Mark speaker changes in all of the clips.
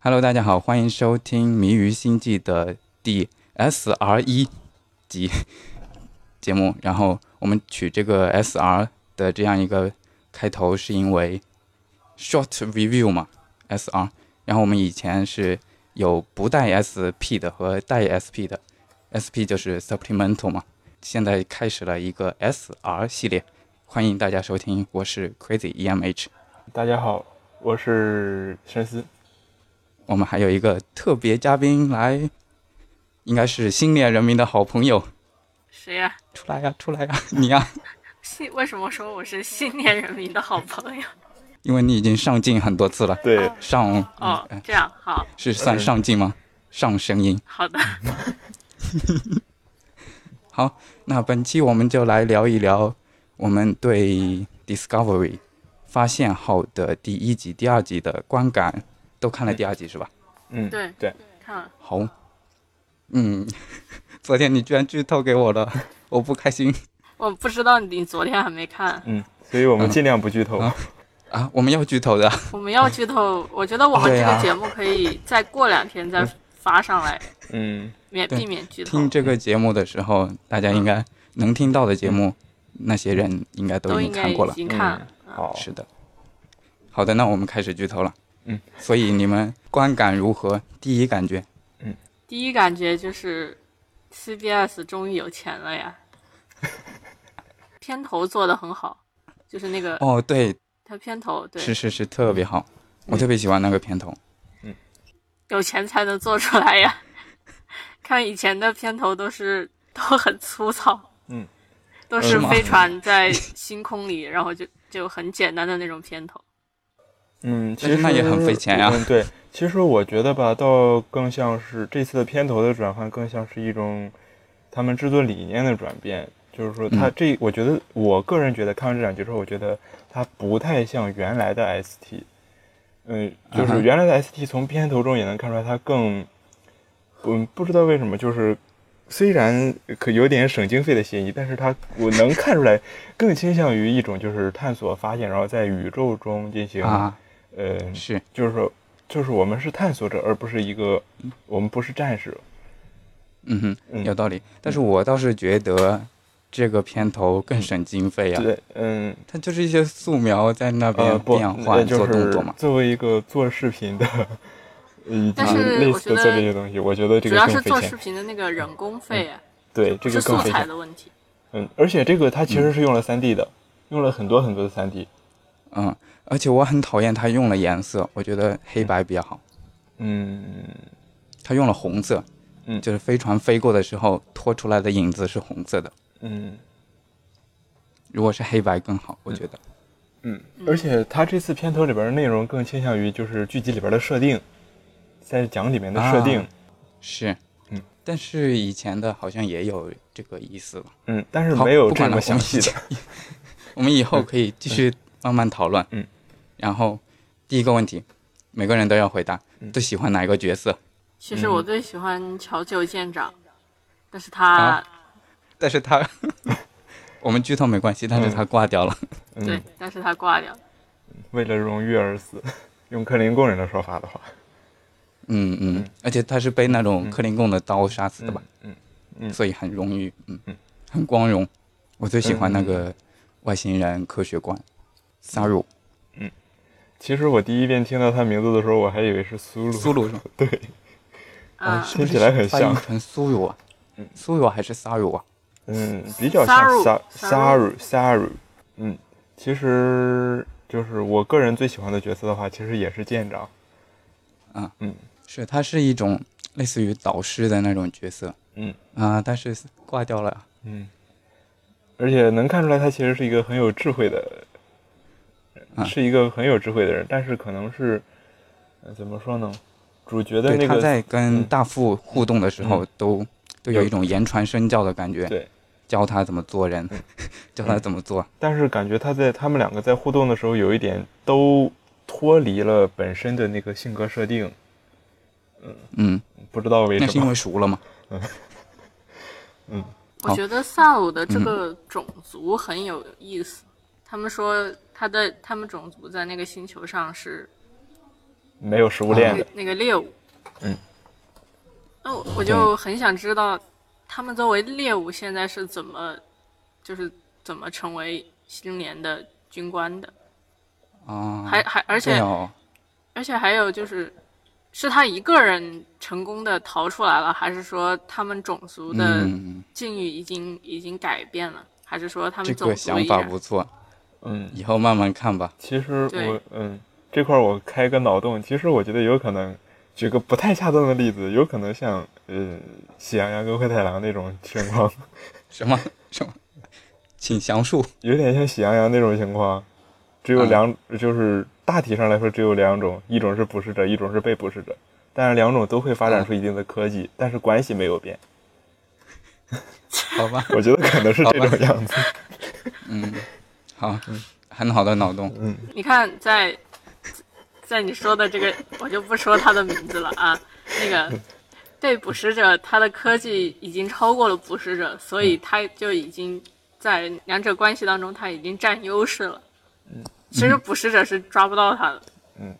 Speaker 1: Hello，大家好，欢迎收听《谜语星际》的第 S R 一集 节目。然后我们取这个 S R 的这样一个开头，是因为 Short Review 嘛，S R。然后我们以前是有不带 S P 的和带 S P 的，S P 就是 Supplemental 嘛。现在开始了一个 S R 系列，欢迎大家收听，我是 Crazy E M H。
Speaker 2: 大家好，我是深思。
Speaker 1: 我们还有一个特别嘉宾来，应该是新年人民的好朋友，
Speaker 3: 谁呀、
Speaker 1: 出来呀、出来呀、你啊呀、
Speaker 3: 新为什么说我是新年人民的好朋友？
Speaker 1: 因为你已经上镜很多次了，
Speaker 2: 对，
Speaker 1: 上
Speaker 3: 哦，
Speaker 1: 哎
Speaker 3: 这样好
Speaker 1: 是算上镜吗？上声音。
Speaker 3: 好的，
Speaker 1: 那本期我们就来聊一聊我们对 Discovery 发现号的第一集、第二集的观感，都看了第二集是吧？
Speaker 2: 嗯，
Speaker 3: 对
Speaker 2: 对，
Speaker 3: 看了
Speaker 1: 好，嗯， 昨天你居然剧透给我了，我不开心
Speaker 3: 我不知道你昨天还没看，
Speaker 2: 嗯，所以我们尽量不剧透。
Speaker 1: 啊啊！我们要剧透的，
Speaker 3: 我们要剧透，我觉得我们
Speaker 1: 对啊
Speaker 3: 这
Speaker 1: 呀
Speaker 3: 个节目可以再过两天再发上来，
Speaker 2: 嗯，
Speaker 3: 免
Speaker 1: 对
Speaker 3: 避免剧透
Speaker 1: 听，这个节目的时候，大家应该能听到的节目，那些人应该都
Speaker 3: 都
Speaker 1: 已
Speaker 3: 应
Speaker 1: 经
Speaker 3: 该
Speaker 1: 看过
Speaker 3: 已
Speaker 1: 了。嗯
Speaker 3: 经看了。
Speaker 2: 嗯好，
Speaker 1: 是的，好的，那我们开始剧透了。
Speaker 2: 嗯，
Speaker 1: 所以你们观感如何？第一感觉，
Speaker 3: 第一感觉就是 CBS 终于有钱了 呀，片头做的很好，就是那个
Speaker 1: 哦，对，
Speaker 3: 它片头呃对嗯
Speaker 1: 是是是，特别好，我特别喜欢那个片头。
Speaker 3: 有钱才能做出来呀。看以前的片头都是都很粗糙，
Speaker 2: 嗯，
Speaker 3: 都是
Speaker 1: 嗯吗
Speaker 3: 飞船在星空里，然后就就很简单的那种片头。
Speaker 2: 嗯，其
Speaker 1: 但是
Speaker 2: 实
Speaker 1: 那也很费钱呀
Speaker 2: 嗯，对，其实我觉得吧，倒更像是这次的片头的转换，更像是一种他们制作理念的转变。就是说，它
Speaker 1: 嗯
Speaker 2: 这，我觉得我个人觉得看完这两集之后，我觉得它不太像原来的 ST。嗯，就
Speaker 1: 啊哈
Speaker 2: 是原来的 ST 从片头中也能看出来，它更，嗯，不知道为什么，就是虽然可有点省经费的嫌疑，但是它我能看出来，更倾向于一种就是探索发现，然后在宇宙中进行
Speaker 1: 啊，
Speaker 2: 呃，
Speaker 1: 是
Speaker 2: 就是说，就是我们是探索者，而不是一个，我们不是战士。
Speaker 1: 嗯哼，
Speaker 2: 嗯
Speaker 1: 有道理。但是我倒是觉得这个片头更省经费啊，
Speaker 2: 对，嗯，
Speaker 1: 它就是一些素描在那
Speaker 2: 呃，
Speaker 1: 边
Speaker 2: 不，
Speaker 1: 变
Speaker 2: 呃
Speaker 1: 换
Speaker 2: 就
Speaker 1: 做动
Speaker 2: 是
Speaker 1: 作嘛。
Speaker 2: 作为一个做视频的，以及
Speaker 3: 但是
Speaker 2: 类
Speaker 3: 我
Speaker 2: 似
Speaker 3: 觉
Speaker 2: 的做
Speaker 3: 得
Speaker 2: 这些东西，我觉得这
Speaker 3: 主
Speaker 2: 个
Speaker 3: 要
Speaker 2: 更
Speaker 3: 是
Speaker 2: 费
Speaker 3: 做视
Speaker 2: 钱。
Speaker 3: 频的那个人工费啊，
Speaker 2: 对，
Speaker 3: 不
Speaker 2: 这
Speaker 3: 是
Speaker 2: 个
Speaker 3: 素
Speaker 2: 更费
Speaker 3: 材
Speaker 2: 钱。
Speaker 3: 的问题。
Speaker 2: 嗯，而且这个它其实是用了三 D 的，用了很多很多的三 D。
Speaker 1: 嗯，而且我很讨厌它用了颜色，我觉得黑白比较好。
Speaker 2: 嗯，
Speaker 1: 它用了红色，
Speaker 2: 嗯
Speaker 1: 就是飞船飞过的时候拖出来的影子是红色的。
Speaker 2: 嗯
Speaker 1: 如果是黑白更好，我觉得。
Speaker 2: 嗯，而且它这次片头里边的内容更倾向于就是剧集里边的设定，在讲里面的设定
Speaker 1: 啊。是，
Speaker 2: 嗯，
Speaker 1: 但是以前的好像也有这个意思吧？
Speaker 2: 嗯，但是
Speaker 1: 好
Speaker 2: 没有
Speaker 1: 不
Speaker 2: 这
Speaker 1: 管了
Speaker 2: 么详细的。
Speaker 1: 我们以后可以继续慢慢讨论。
Speaker 2: 嗯，
Speaker 1: 然后第一个问题，每个人都要回答，
Speaker 2: 嗯
Speaker 1: 最喜欢哪一个角色？
Speaker 3: 其实
Speaker 2: 嗯
Speaker 3: 我最喜欢乔九舰长，但是他
Speaker 1: 啊但是他， 我们剧透没关系，但是他挂掉了。
Speaker 3: 对
Speaker 2: 嗯，，
Speaker 3: 但是他挂掉了。
Speaker 2: 为了荣誉而死， 用克林贡人的说法的话，
Speaker 1: 嗯嗯，而且他是被那种克林贡的刀杀死的吧？
Speaker 2: 嗯？嗯
Speaker 1: 所以很荣誉，嗯
Speaker 2: 嗯，
Speaker 1: 很光荣。我最喜欢那个外星人科学官
Speaker 2: 嗯
Speaker 1: 萨鲁
Speaker 2: 其实我第一遍听到他名字的时候，我还以为是苏鲁，
Speaker 1: 苏鲁是吗？
Speaker 2: 对，
Speaker 1: 啊，
Speaker 2: 哦
Speaker 3: 嗯
Speaker 1: 是不是
Speaker 2: 听起来很像
Speaker 1: 翻译成苏鲁啊？苏鲁还是萨鲁啊？
Speaker 2: 嗯，比较像
Speaker 3: Saru，
Speaker 2: 萨
Speaker 3: Saru
Speaker 2: 萨鲁萨鲁，嗯，其实就是我个人最喜欢的角色的话，其实也是舰长，
Speaker 1: 是，他是一种类似于导师的那种角色
Speaker 2: 嗯
Speaker 1: 啊，但是挂掉了。
Speaker 2: 嗯，而且能看出来他其实是一个很有智慧的，
Speaker 1: 啊
Speaker 2: 是一个很有智慧的人，但是可能是，呃怎么说呢，主角
Speaker 1: 对，
Speaker 2: 的那
Speaker 1: 他
Speaker 2: 个
Speaker 1: 在跟
Speaker 2: 嗯
Speaker 1: 大副互动的时候，都都有
Speaker 2: 有
Speaker 1: 一种言传身教的感觉，
Speaker 2: 对。嗯
Speaker 1: 教他怎么做人， 教他怎么做。
Speaker 2: 但是感觉他在他们两个在互动的时候，有一点都脱离了本身的那个性格设定，
Speaker 1: 嗯，
Speaker 2: 不知道为
Speaker 1: 那是
Speaker 2: 什
Speaker 1: 因
Speaker 2: 么。
Speaker 1: 为熟了嘛？
Speaker 3: 我
Speaker 1: 好
Speaker 3: 觉得萨鲁的
Speaker 2: 嗯
Speaker 3: 这个种族很有意思。他们说他的他们种族在那个星球上是
Speaker 2: 没有食物链
Speaker 3: 那
Speaker 2: 的。
Speaker 3: 个那个猎物。
Speaker 2: 嗯。
Speaker 3: 那我我就很想知道，他们作为猎物现在是怎么，就是怎么成为新年的军官的？
Speaker 1: 啊，
Speaker 3: 还还而
Speaker 1: 这
Speaker 3: 且
Speaker 1: 样哦，
Speaker 3: 而且还有就是，是他一个人成功的逃出来了，还是说他们种族的
Speaker 1: 嗯，
Speaker 3: 境遇已经、已经改变了，还是说他
Speaker 1: 这
Speaker 3: 们种
Speaker 1: 个
Speaker 3: 族
Speaker 1: 想
Speaker 3: 依
Speaker 1: 法
Speaker 3: 然
Speaker 1: 不错，
Speaker 2: 嗯，
Speaker 1: 以后慢慢看吧。
Speaker 2: 其实
Speaker 3: 对
Speaker 2: 我嗯这块儿我开个脑洞，其实我觉得有可能举个不太恰当的例子，有可能像呃喜羊羊跟灰太狼那种情况，
Speaker 1: 什么什么，请详述。
Speaker 2: 有点像喜羊羊那种情况，只有两、就是大体上来说只有两种，一种是捕食者，一种是被捕食者，但是两种都会发展出一定的科技，但是关系没有变。
Speaker 1: 好吧，
Speaker 2: 我觉得可能是
Speaker 1: 好
Speaker 2: 这
Speaker 1: 吧
Speaker 2: 种样子。
Speaker 1: 嗯，好，嗯很好的脑洞。
Speaker 2: 嗯，
Speaker 3: 你看在，在你说的这个，我就不说他的名字了啊。那个被捕食者，他的科技已经超过了捕食者，所
Speaker 1: 嗯
Speaker 3: 以他就已经在两者关系当中，他已经占优势了。
Speaker 1: 嗯
Speaker 3: 其实捕食者是抓不到他的。
Speaker 2: 嗯。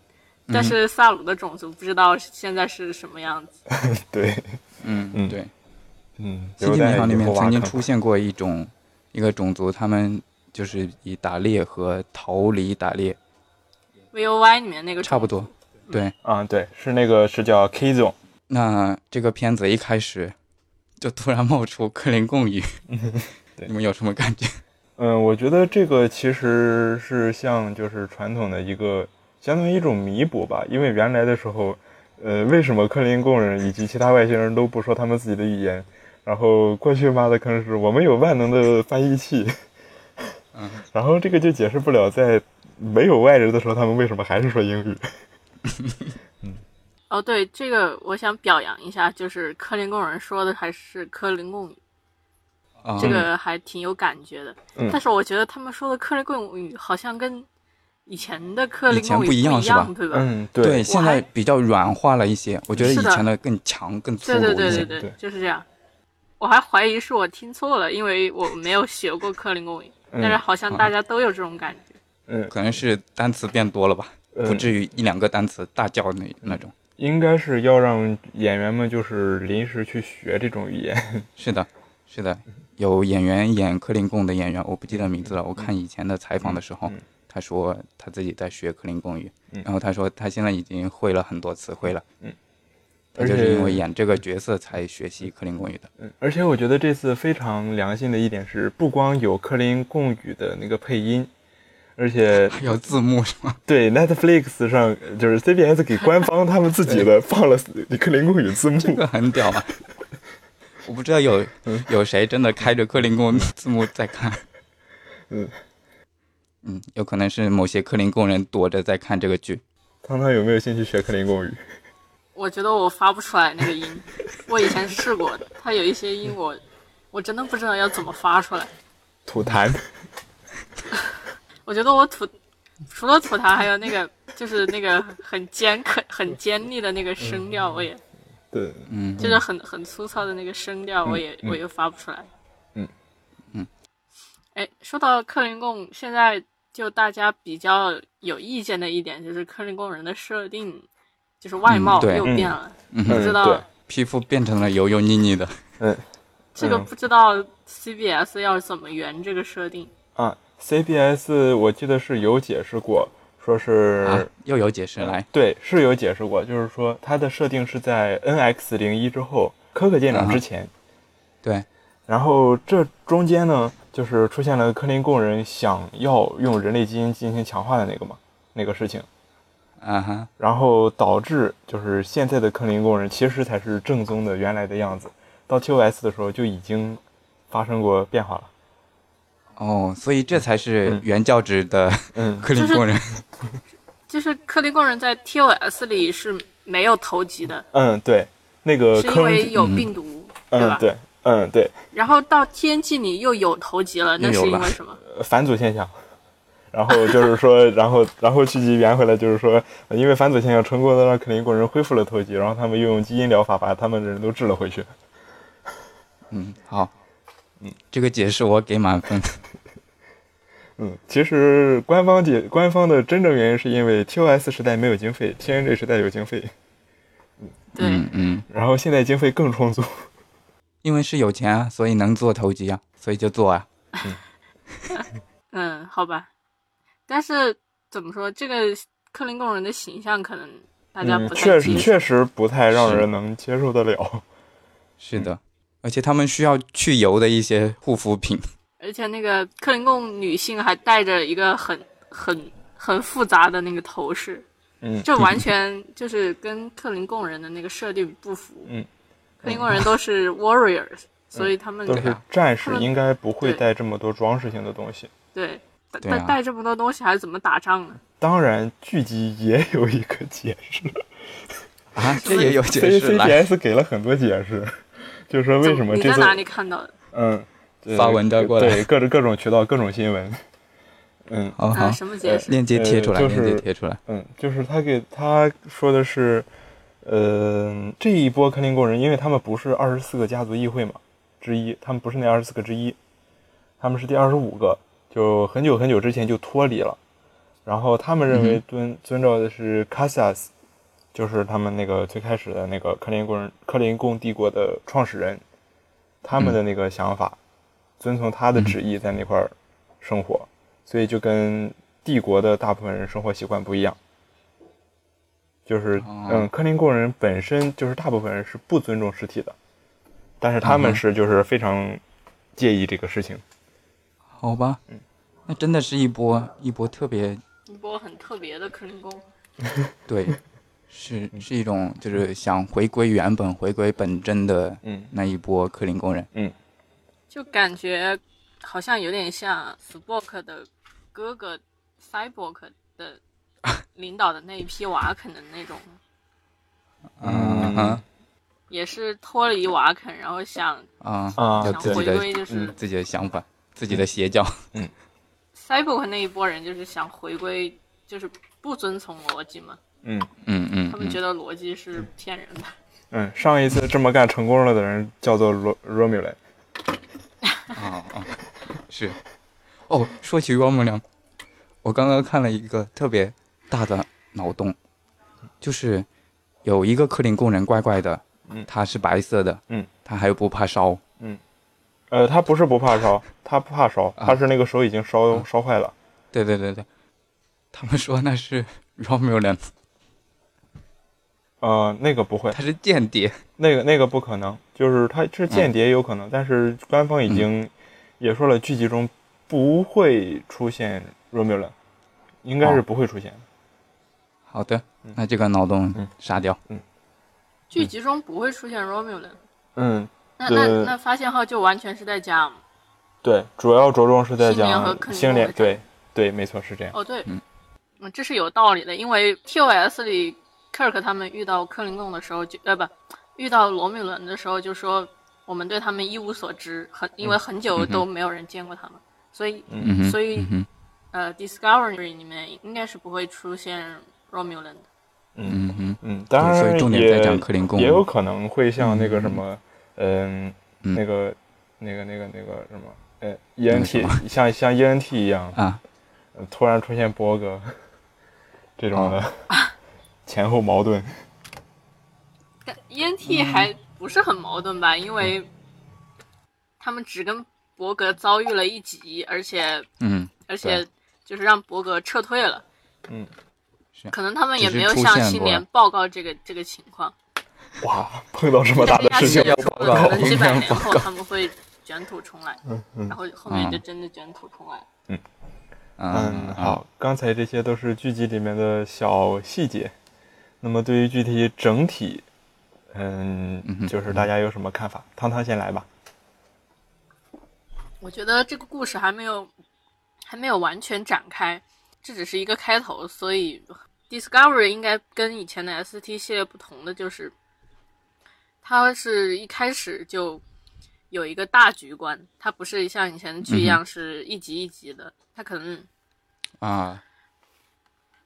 Speaker 3: 但是萨鲁的种族不知道现在是什么样子。
Speaker 2: 对，
Speaker 1: 嗯，
Speaker 2: 嗯
Speaker 1: 对，
Speaker 2: 嗯，
Speaker 1: 《星际迷
Speaker 2: 留待
Speaker 1: 航》里
Speaker 2: 以
Speaker 1: 面
Speaker 2: 后挖
Speaker 1: 曾经
Speaker 2: 坑
Speaker 1: 出现过一种一个种族，他们就是以打猎和逃离打猎
Speaker 3: V O Y 里面那个
Speaker 1: 差不多。对，
Speaker 2: 啊，对，是那个是叫 K 总，
Speaker 1: 那这个片子一开始就突然冒出克林贡语，
Speaker 2: 嗯 对
Speaker 1: 你们有什么感觉？
Speaker 2: 嗯，我觉得这个其实是像就是传统的一个相当于一种弥补吧，因为原来的时候，呃，为什么克林贡人以及其他外星人都不说他们自己的语言？然后过去骂的可能是我们有万能的翻译器，
Speaker 1: 嗯，
Speaker 2: 然后这个就解释不了在没有外人的时候他们为什么还是说英语。
Speaker 3: 哦，对，这个我想表扬一下，就是科林贡人说的还是科林贡语。
Speaker 1: 啊，
Speaker 3: 这个还挺有感觉的。
Speaker 2: 嗯
Speaker 3: 但是我觉得他们说的克林贡语好像跟以前的克林
Speaker 1: 以前
Speaker 3: 贡语
Speaker 1: 不一样
Speaker 3: 样，
Speaker 1: 是吧
Speaker 3: 对吧？
Speaker 2: 嗯，
Speaker 1: 对，
Speaker 2: 对，
Speaker 1: 现在比较软化了一些，我觉得
Speaker 3: 是
Speaker 1: 以
Speaker 3: 的
Speaker 1: 前的更强、更粗
Speaker 3: 对
Speaker 1: 鲁
Speaker 3: 对
Speaker 1: 一
Speaker 3: 对
Speaker 1: 些。
Speaker 3: 对
Speaker 2: 对
Speaker 3: 就是这样。我还怀疑是我听错了，因为我没有学过克林贡语，
Speaker 2: 嗯
Speaker 3: 但是好
Speaker 1: 啊
Speaker 3: 像大家都有这种感觉。
Speaker 2: 嗯，
Speaker 1: 可能是单词变多了吧，不
Speaker 2: 嗯
Speaker 1: 至于一两个单词大叫那那种。
Speaker 2: 应该是要让演员们就是临时去学这种语言。
Speaker 1: 是的，是的，有演员演克林贡的演员，我不记得名字了。我看以前的采访的时候，他说他自己在学克林贡语，
Speaker 2: 嗯
Speaker 1: 然后他说他现在已经会了很多词汇了。
Speaker 2: 嗯，
Speaker 1: 他就是因
Speaker 2: 而
Speaker 1: 为
Speaker 2: 且
Speaker 1: 演这个角色才学习克林贡语的。
Speaker 2: 嗯，而且我觉得这次非常良心的一点是，不光有克林贡语的那个配音，而且
Speaker 1: 还有字幕是吗？
Speaker 2: 对 Netflix 上就是 CBS 给官方他们自己的放了克林贡语字幕。
Speaker 1: 这个很屌啊！我不知道有有谁真的开着克林贡字幕在看。
Speaker 2: 嗯
Speaker 1: 嗯，有可能是某些克林贡人躲着在看这个剧。
Speaker 2: 汤汤有没有兴趣学克林贡语？
Speaker 3: 我觉得我发不出来那个音，我以前试过的，它有一些音我我真的不知道要怎么发出来。
Speaker 2: 吐痰，
Speaker 3: 我觉得我吐，除了吐痰，还有那个就是那个很尖刻、很尖利的那个
Speaker 2: 嗯
Speaker 3: 声调，我也
Speaker 2: 对，
Speaker 1: 嗯，
Speaker 3: 就是很很粗糙的那个声调，我也、我也发不出来。
Speaker 2: 嗯
Speaker 1: 嗯。
Speaker 3: 哎，说到克林贡，现在就大家比较有意见的一点就是克林贡人的设定，就是外貌
Speaker 1: 嗯对
Speaker 3: 又变了，
Speaker 1: 嗯
Speaker 3: 不
Speaker 2: 嗯
Speaker 3: 知道、
Speaker 2: 对
Speaker 1: 皮肤变成了油油腻腻的。
Speaker 3: 这个
Speaker 2: 嗯
Speaker 3: 不知道 CBS 要怎么圆这个设定。
Speaker 2: 啊，CBS 我记得是有解释过，说是、
Speaker 1: 啊，又有解释来。
Speaker 2: 对，是有解释过，就是说它的设定是在 NX 零一之后，科克舰长之前。
Speaker 1: 嗯对，
Speaker 2: 然后这中间呢，就是出现了克林贡人想要用人类基因进行强化的那个嘛，那个事情，
Speaker 1: 啊哈，
Speaker 2: 然后导致就是现在的克林贡人其实才是正宗的原来的样子，到 TOS 的时候就已经发生过变化了。
Speaker 1: 哦，所以这才是原教旨的
Speaker 2: 嗯，
Speaker 1: 克林 贡人。
Speaker 3: 就是克林贡人在 TOS 里是没有头级的，
Speaker 2: 嗯，对，那
Speaker 1: 呃
Speaker 2: 个
Speaker 3: 是因
Speaker 2: 坑，
Speaker 3: 为有病毒，对
Speaker 2: 嗯
Speaker 3: 吧，？
Speaker 2: 对，嗯对，
Speaker 3: 然后到 TNG 里又有头级了，那
Speaker 1: 又有
Speaker 3: 是因
Speaker 1: 了
Speaker 3: 为 什么？
Speaker 2: 返祖现象。然后就是说，然后然后续集圆回来，就是说，呃因为返祖现象成功的让克林贡人恢复了头级，然后他们又用基因疗法把他们的人都治了回去。
Speaker 1: 嗯，好，嗯，这个解释我给满分。
Speaker 2: 嗯，其实官方解官方的真正原因是因为 TOS 时代没有经费，TNG 时代有经费，
Speaker 3: 对，
Speaker 1: 嗯嗯，
Speaker 2: 然后现在经费更充足。
Speaker 1: 因为是有钱啊，所以能做投机啊，所以就做啊。
Speaker 3: 嗯，好吧。但是怎么说，这个克林贡人的形象可能大家
Speaker 2: 嗯
Speaker 3: 不，太
Speaker 2: 确
Speaker 3: 接
Speaker 2: 实
Speaker 3: 受。
Speaker 2: 确实不太让
Speaker 1: 是
Speaker 2: 人能接受得 了。
Speaker 1: 是
Speaker 2: 嗯
Speaker 1: 的，而且他们需要去油的一些护肤品，
Speaker 3: 而且那个克林贡女性还戴着一个很很很复杂的那个头饰，
Speaker 2: 嗯
Speaker 3: 这完全就是跟克林贡人的那个设定不符。
Speaker 2: 嗯，
Speaker 3: 克林贡人都是 warriors，所以他们
Speaker 2: 都
Speaker 1: 对
Speaker 2: 是
Speaker 1: 啊
Speaker 2: 战士
Speaker 3: 他，们
Speaker 2: 应该不会
Speaker 3: 对
Speaker 2: 带这么多装饰性的东西。
Speaker 3: 对带
Speaker 1: 对啊
Speaker 3: 带带这么多东西还怎么打仗呢？
Speaker 2: 当然，剧集也有一个解释
Speaker 1: 啊，这也有解
Speaker 2: ，C
Speaker 1: 释
Speaker 2: C
Speaker 1: 来
Speaker 2: P。S 给了很多解释， 就是说为什么
Speaker 3: 你
Speaker 2: 这
Speaker 3: 在
Speaker 2: 次
Speaker 3: 哪里看到的？
Speaker 2: 嗯呃
Speaker 1: 发文的过来
Speaker 2: 对各种各种渠道各种新闻，嗯
Speaker 1: 好好
Speaker 3: 啊，，什么解释？
Speaker 1: 链接贴出来，
Speaker 2: 呃就是
Speaker 1: 链接贴出来。
Speaker 2: 嗯，就是他给他说的是，呃，这一波克林贡人，因为他们不是二十四个家族议会嘛之一，他们不是那二十四个之一，他们是第二十五个，就很久很久之前就脱离了。然后他们认为遵、遵照的是 Casas，就是他们那个最开始的那个克林贡人克林贡帝国的创始人，他们的那个想法，遵从他的旨意在那块儿生活，所以就跟帝国的大部分人生活习惯不一样。就是
Speaker 1: 哦
Speaker 2: 嗯，克林贡人本身就是大部分人是不尊重尸体的，但是他
Speaker 1: 嗯
Speaker 2: 们
Speaker 1: 哼
Speaker 2: 是就是非常介意这个事情。
Speaker 1: 好吧，
Speaker 2: 嗯
Speaker 1: 那真的是一波一波特别
Speaker 3: 一波很特别的克林贡。
Speaker 1: 对，
Speaker 2: 嗯
Speaker 1: 是是一种就是想回归原本、回归本真的
Speaker 2: 嗯
Speaker 1: 那一波克林工人。
Speaker 3: 就感觉好像有点像 Spock 的哥哥 Cyborg 的领导的那一批瓦肯的那种，
Speaker 1: 嗯哼
Speaker 3: 也是脱离瓦肯，然后想
Speaker 1: 啊
Speaker 2: 啊
Speaker 1: 有
Speaker 3: 想
Speaker 1: 自己
Speaker 3: 回
Speaker 1: 的
Speaker 3: 归，就是
Speaker 1: 嗯自己的想法、自己的邪教。
Speaker 3: Cyborg 那一波人就是想回归，就是不遵从逻辑嘛，
Speaker 2: 嗯
Speaker 1: 嗯嗯
Speaker 3: 他们觉
Speaker 1: 嗯，
Speaker 3: 得逻辑是骗人的。
Speaker 2: 嗯，上一次这么干成功了的人叫做罗罗米莱。
Speaker 1: 哦哦，是。哦，说起 Romulan，我刚刚看了一个特别大的脑洞，就是有一个克林工人怪怪的，
Speaker 2: 嗯
Speaker 1: 他是白色的，
Speaker 2: 嗯，
Speaker 1: 他还不怕烧。
Speaker 2: 呃，他不是不怕烧，他不怕烧，
Speaker 1: 啊
Speaker 2: 他是那个手已经烧、烧坏了。
Speaker 1: 对对对对，他们说那是 Romulan，
Speaker 2: 呃，那个不会，
Speaker 1: 他是间谍。
Speaker 2: 那个那个不可能，就是他是间谍有可能，但是官方已经也说了，剧集中不会出现 Romulan，应该是不会出现的。
Speaker 1: 好的，
Speaker 2: 嗯
Speaker 1: 那这个脑洞杀掉。
Speaker 3: 剧集中不会出现 Romulan，
Speaker 2: 嗯，
Speaker 3: 那那
Speaker 2: 对
Speaker 3: 那发现号就完全是在讲
Speaker 2: 对，主要着重是在
Speaker 3: 星联和
Speaker 2: 讲
Speaker 3: 克林
Speaker 2: 星
Speaker 3: 顿
Speaker 2: 联
Speaker 3: 的，
Speaker 2: 对对，没错是这样。
Speaker 3: 哦，对，
Speaker 1: 嗯
Speaker 3: 嗯，这是有道理的，因为 TOS 里 Kirk 他们遇到克林贡的时候就，呃，不，遇到罗密伦的时候就说我们对他们一无所知，很因为很久都没有人见过他们，所以
Speaker 1: 嗯哼，
Speaker 3: 所以
Speaker 1: 嗯哼，
Speaker 3: 呃，Discovery 里面应该是不会出现 Romulan 的。
Speaker 1: 嗯哼，
Speaker 2: 嗯，当
Speaker 1: 所以
Speaker 2: 然
Speaker 1: 重点在讲
Speaker 2: 也
Speaker 1: 克林贡
Speaker 2: 也有可能会像那个什么，嗯，
Speaker 1: 嗯
Speaker 2: 那个那个那个那个什么，呃
Speaker 1: 个什么
Speaker 2: ，ENT 像像 ENT 一样，
Speaker 1: 啊，
Speaker 2: 呃突然出现波哥 这
Speaker 1: 哦
Speaker 2: 种的 前后矛盾。
Speaker 3: 但 ENT 还不是很矛盾吧？因为他们只跟伯格遭遇了一集，而且
Speaker 1: 嗯，
Speaker 3: 而且就是让伯格撤退了。
Speaker 2: 嗯
Speaker 1: 是
Speaker 3: 可能他们也
Speaker 1: 只是
Speaker 3: 没有
Speaker 1: 出
Speaker 3: 向
Speaker 1: 现
Speaker 3: 新
Speaker 1: 过
Speaker 3: 联报告这个这个情况。
Speaker 2: 哇，碰到这么大的
Speaker 3: 但
Speaker 2: 事
Speaker 3: 是
Speaker 2: 情
Speaker 3: 要
Speaker 1: 不报
Speaker 3: 可
Speaker 1: 告
Speaker 3: 能几百
Speaker 1: 不
Speaker 3: 年
Speaker 1: 报
Speaker 3: 后
Speaker 1: 告
Speaker 3: 他们会卷土重来，然后后面就真的卷土重来。
Speaker 2: 嗯，
Speaker 1: 嗯，
Speaker 2: 好，刚才这些都是剧集里面的小细节。那么对于具体整体，嗯
Speaker 1: 嗯，哼
Speaker 2: 就是大家有什么看法？汤汤先来吧。
Speaker 3: 我觉得这个故事还没有还没有完全展开，这只是一个开头，所以 Discovery 应该跟以前的 ST 系列不同的就是，它是一开始就有一个大局观，它不是像以前的
Speaker 1: 嗯
Speaker 3: 剧一样是一集一集的，它可能
Speaker 1: 啊，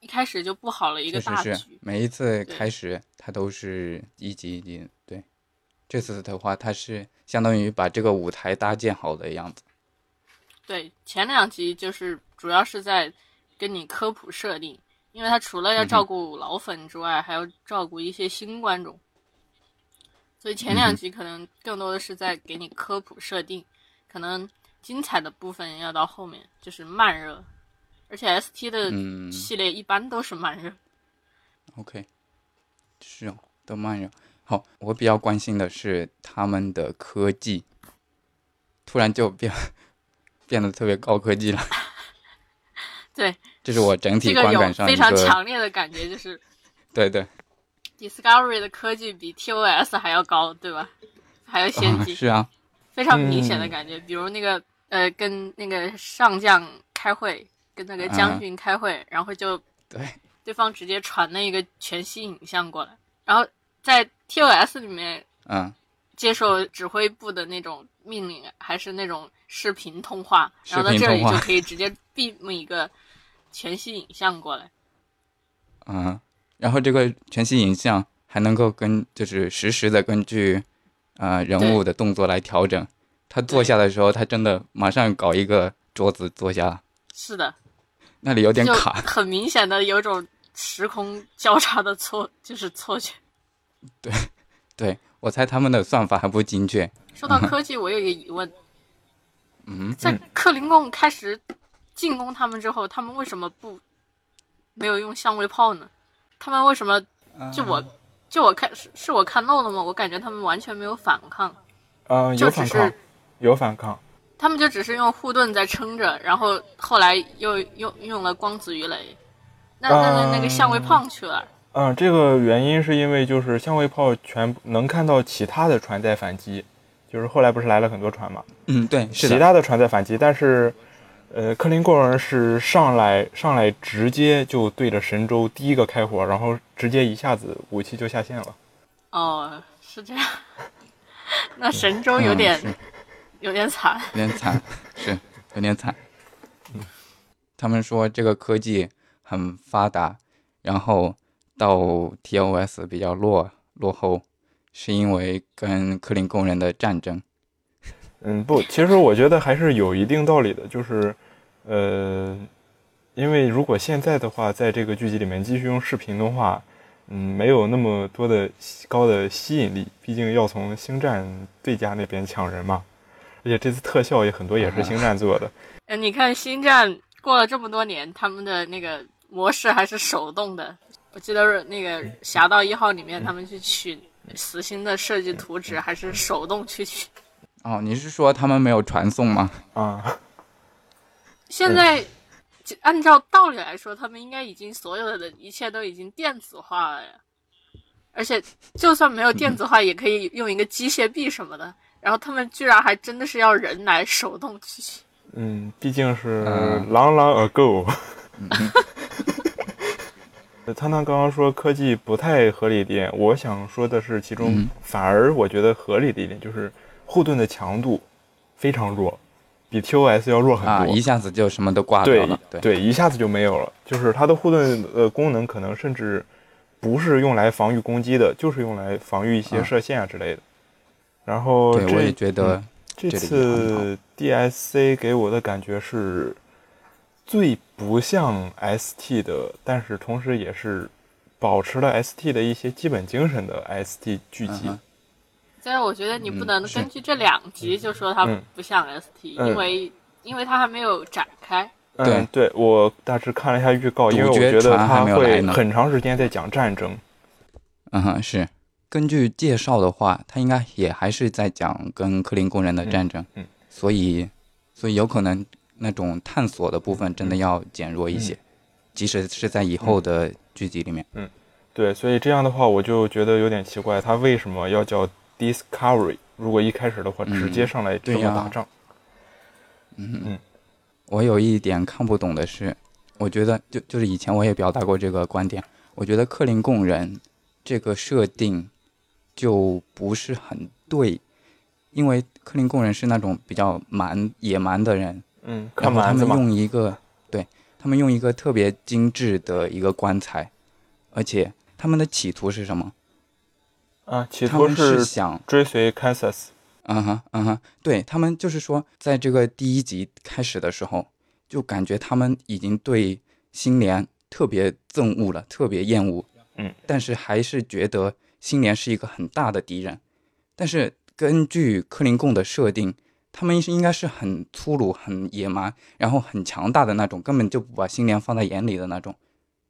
Speaker 3: 一开始就布好了一
Speaker 1: 确
Speaker 3: 个
Speaker 1: 实
Speaker 3: 大
Speaker 1: 是
Speaker 3: 局，
Speaker 1: 每一次开始它都是一级一级，对。这次的话，它是相当于把这个舞台搭建好的样子。
Speaker 3: 对，前两集就是主要是在跟你科普设定，因为它除
Speaker 1: 嗯
Speaker 3: 了要照顾老粉之外，还要照顾一些新观众，所以前
Speaker 1: 嗯
Speaker 3: 两集可能更多的是在给你科普设定，可能精彩的部分要到后面，就是慢热，而且 ST 的
Speaker 1: 嗯
Speaker 3: 系列一般都是慢热，
Speaker 1: OK，是哦，都慢热。好，我比较关心的是他们的科技，突然就变变得特别高科技了。
Speaker 3: 对，
Speaker 1: 这是我整体
Speaker 3: 这个
Speaker 1: 观
Speaker 3: 有
Speaker 1: 感上
Speaker 3: 非
Speaker 1: 一
Speaker 3: 常
Speaker 1: 个，
Speaker 3: 强烈的感 觉，就是
Speaker 1: 对对，
Speaker 3: Discovery 的科技比 TOS 还要高，对吧？还要先
Speaker 1: 啊
Speaker 3: 进。
Speaker 1: 是啊，
Speaker 3: 非常明显的
Speaker 1: 嗯
Speaker 3: 感觉，比如那个呃，跟那个上将开会，跟那个
Speaker 1: 啊
Speaker 3: 将军开会，然后就
Speaker 1: 对，
Speaker 3: 对方直接传了一个全息影像过来，然后在 TOS 里面
Speaker 1: 嗯，
Speaker 3: 接受指挥部的那种命令，还是那种视频通话，
Speaker 1: 视
Speaker 3: 然
Speaker 1: 频
Speaker 3: 后到这里
Speaker 1: 通
Speaker 3: 就
Speaker 1: 话
Speaker 3: 可以直接 beam 一个全息影像过来，
Speaker 1: 嗯，然后这个全息影像还能够跟就是实时的根据呃人物的动作来调整。他坐
Speaker 3: 对
Speaker 1: 下的时候，他真的马上搞一个桌子坐下，
Speaker 3: 是的，
Speaker 1: 那里有点
Speaker 3: 就
Speaker 1: 卡。
Speaker 3: 很明显的有种时空交叉的错，就是错觉。
Speaker 1: 对我猜他们的算法还不精确。
Speaker 3: 说到科技，我有一个疑问。
Speaker 1: 嗯，
Speaker 3: 在克林贡开始进攻他们之后，他们为什么不没有用相位炮呢？他们为什么就我就我看是是我看漏了吗？我感觉他们完全没有反抗，
Speaker 2: 啊，
Speaker 3: 就
Speaker 2: 有
Speaker 3: 只
Speaker 2: 反
Speaker 3: 是
Speaker 2: 抗，有反抗，
Speaker 3: 他们就只是用护盾在撑着，然后后来又用用了光子鱼雷，那那那那个相位炮去了，
Speaker 2: 嗯，这个原因是因为就是相位炮全部能看到其他的船在反击，就是后来不是来了很多船嘛，
Speaker 1: 嗯，对，是
Speaker 2: 其
Speaker 1: 的，
Speaker 2: 他的船在反击，但是，呃，克林贡人是上来上来直接就对着神州第一个开火，然后直接一下子武器就下线了。
Speaker 3: 哦，是这样。 那神州有点、
Speaker 1: 嗯
Speaker 3: 有点惨，
Speaker 1: 有点惨，是有点惨。他们说这个科技很发达，然后到 TOS 比较落落后，是因为跟克林贡人的战争。
Speaker 2: 嗯，不，其实我觉得还是有一定道理的，就是，呃，因为如果现在的话，在这个剧集里面继续用视频的话，嗯，没有那么多的吸高的吸引力，毕竟要从星战对家那边抢人嘛，而且这次特效也很多
Speaker 1: 啊
Speaker 2: 也是星战做的，
Speaker 3: 呃，你看《星战》过了这么多年，他们的那个模式还是手动的。我记得是那个《侠盗一号》里面，他们去取死星的设计图纸，还是手动去取。
Speaker 1: 哦，你是说他们没有传送吗？
Speaker 2: 啊、
Speaker 3: 现在就按照道理来说，他们应该已经所有的一切都已经电子化了呀。而且，就算没有电子化，也可以用一个机械臂什么的。然后他们居然还真的是要人来手动去取。
Speaker 2: 嗯，毕竟是
Speaker 1: 嗯
Speaker 2: long long ago。呃 汤汤刚刚说科技不太合理的一点，我想说的是，其中
Speaker 1: 嗯
Speaker 2: 反而我觉得合理的一点就是护盾的强度非常弱，比 TOS 要弱很
Speaker 1: 啊，
Speaker 2: 多。
Speaker 1: 一下子就什么都挂掉
Speaker 2: 呃对
Speaker 1: 了。对，
Speaker 2: 一下子就没有了。就是它的护盾呃功能可能甚至不是用来防御攻击的，就是用来防御一些
Speaker 1: 啊
Speaker 2: 射线啊之类的。然后
Speaker 1: 对
Speaker 2: 这
Speaker 1: 我也觉
Speaker 2: 嗯
Speaker 1: 得。
Speaker 2: 这
Speaker 1: 这里很好
Speaker 2: 次 DSC 给我的感觉是最不像 ST 的，但是同时也是保持了 ST 的一些基本精神的 ST 剧集。
Speaker 1: 嗯
Speaker 3: 但是我觉得你不能
Speaker 1: 嗯是
Speaker 3: 根据这两集就说它
Speaker 2: 嗯
Speaker 3: 不像 ST，、
Speaker 2: 嗯
Speaker 3: 因为因为它还没有展开。
Speaker 2: 嗯，对我大致看了一下预告，
Speaker 1: 主
Speaker 2: 因为我
Speaker 1: 角
Speaker 2: 觉得
Speaker 1: 团还
Speaker 2: 他
Speaker 1: 没有来
Speaker 2: 会
Speaker 1: 呢
Speaker 2: 很长时间在讲战争。
Speaker 1: 嗯哼，是。根据介绍的话，他应该也还是在讲跟克林工人的战争，
Speaker 2: 嗯嗯
Speaker 1: 所以，所以有可能那种探索的部分真的要减弱一些，即使是在以后的剧集里面，
Speaker 2: 对，所以这样的话，我就觉得有点奇怪，他为什么要叫 Discovery？如果一开始的话，
Speaker 1: 嗯
Speaker 2: 直接上来这
Speaker 1: 对
Speaker 2: 么
Speaker 1: 呀
Speaker 2: 打仗，
Speaker 1: 我有一点看不懂的是，我觉得就就是以前我也表达过这个观点，我觉得克林贡人这个设定就不是很对，因为克林贡人是那种比较蛮野蛮的人，
Speaker 2: 嗯，
Speaker 1: 然
Speaker 2: 看
Speaker 1: 后他
Speaker 2: 蛮子
Speaker 1: 们
Speaker 2: 嘛，
Speaker 1: 用一个，对他们用一个特别精致的一个棺材，而且他们的企图是什么？
Speaker 2: 啊，企
Speaker 1: 他
Speaker 2: 图
Speaker 1: 们是
Speaker 2: 是
Speaker 1: 想
Speaker 2: 追随 Kansas，
Speaker 1: 嗯哼，嗯哼，对他们就是说，在这个第一集开始的时候，就感觉他们已经对新莲特别憎恶了，特别厌恶。
Speaker 2: 嗯，
Speaker 1: 但是还是觉得新莲是一个很大的敌人。但是根据克林贡的设定，他们是应该是很粗鲁、很野蛮，然后很强大的那种，根本就不把新莲放在眼里的那种，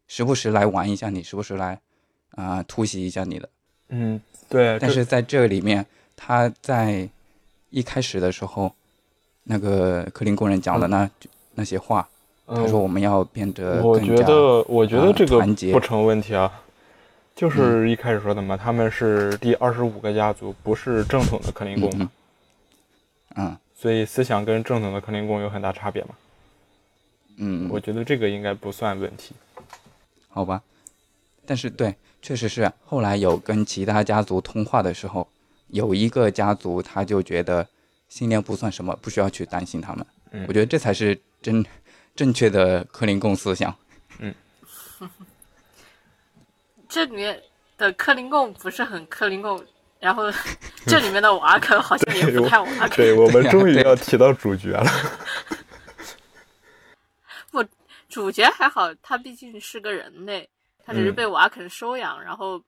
Speaker 1: 时不时来玩一下你，时不时来啊、突袭一下你的。
Speaker 2: 嗯，对，
Speaker 1: 但
Speaker 2: 这
Speaker 1: 是在这里面，他在一开始的时候，那个克林工人讲的那、那些话，他说
Speaker 2: 嗯
Speaker 1: 我们要变得
Speaker 2: 我
Speaker 1: 更
Speaker 2: 觉
Speaker 1: 加
Speaker 2: 得，我觉得
Speaker 1: 呃
Speaker 2: 这个
Speaker 1: 团结嗯
Speaker 2: 不成问题啊。就是一开始说的嘛，他们是第二十五个家族，不是正统的克林贡
Speaker 1: 嗯
Speaker 2: 嘛，
Speaker 1: 嗯嗯
Speaker 2: 所以思想跟正统的克林贡有很大差别嘛。
Speaker 1: 嗯，
Speaker 2: 我觉得这个应该不算问题。
Speaker 1: 好吧。但是对，确实是后来有跟其他家族通话的时候，有一个家族他就觉得信念不算什么，不需要去担心他们。
Speaker 2: 嗯
Speaker 1: 我觉得这才是真正确的克林贡思想。
Speaker 3: 这里面的克林贡不是很克林贡，然后 这里面的瓦肯好像也不太瓦肯。
Speaker 2: 对我们终于
Speaker 1: 对啊
Speaker 2: 要提到主角了。
Speaker 3: 主角还好，他毕竟是个人类，他只是
Speaker 2: 嗯
Speaker 3: 被瓦肯收养，然后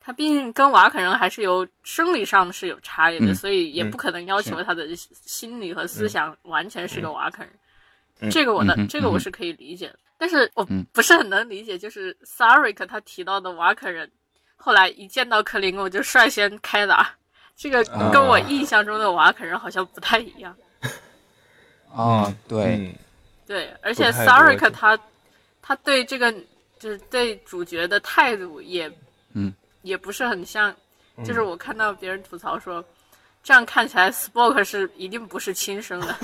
Speaker 3: 他毕竟跟瓦肯人还是有生理上是有差异的，
Speaker 1: 嗯
Speaker 3: 所以也
Speaker 2: 嗯
Speaker 3: 不可能要求
Speaker 1: 是嗯
Speaker 3: 他的心理和思想完全是个瓦肯人。
Speaker 2: 嗯
Speaker 3: 这个我的、
Speaker 1: 嗯哼
Speaker 3: 这个我是可以理解的，但是我
Speaker 1: 嗯
Speaker 3: 不是很能理解，就是 Sarik 他提到的瓦肯人，后来一见到克林贡就率先开打，这个
Speaker 2: 啊
Speaker 3: 跟我印象中的瓦肯人好像不太一样。
Speaker 1: 哦，对，
Speaker 2: 嗯
Speaker 3: 对，而且
Speaker 2: 不太了
Speaker 3: Sarik
Speaker 2: 解
Speaker 3: 他他对这个就是对主角的态度也，
Speaker 1: 嗯，
Speaker 3: 也不是很像，就是
Speaker 2: 嗯
Speaker 3: 我看到别人吐槽说，这样看起来 Spock 是一定不是亲生的，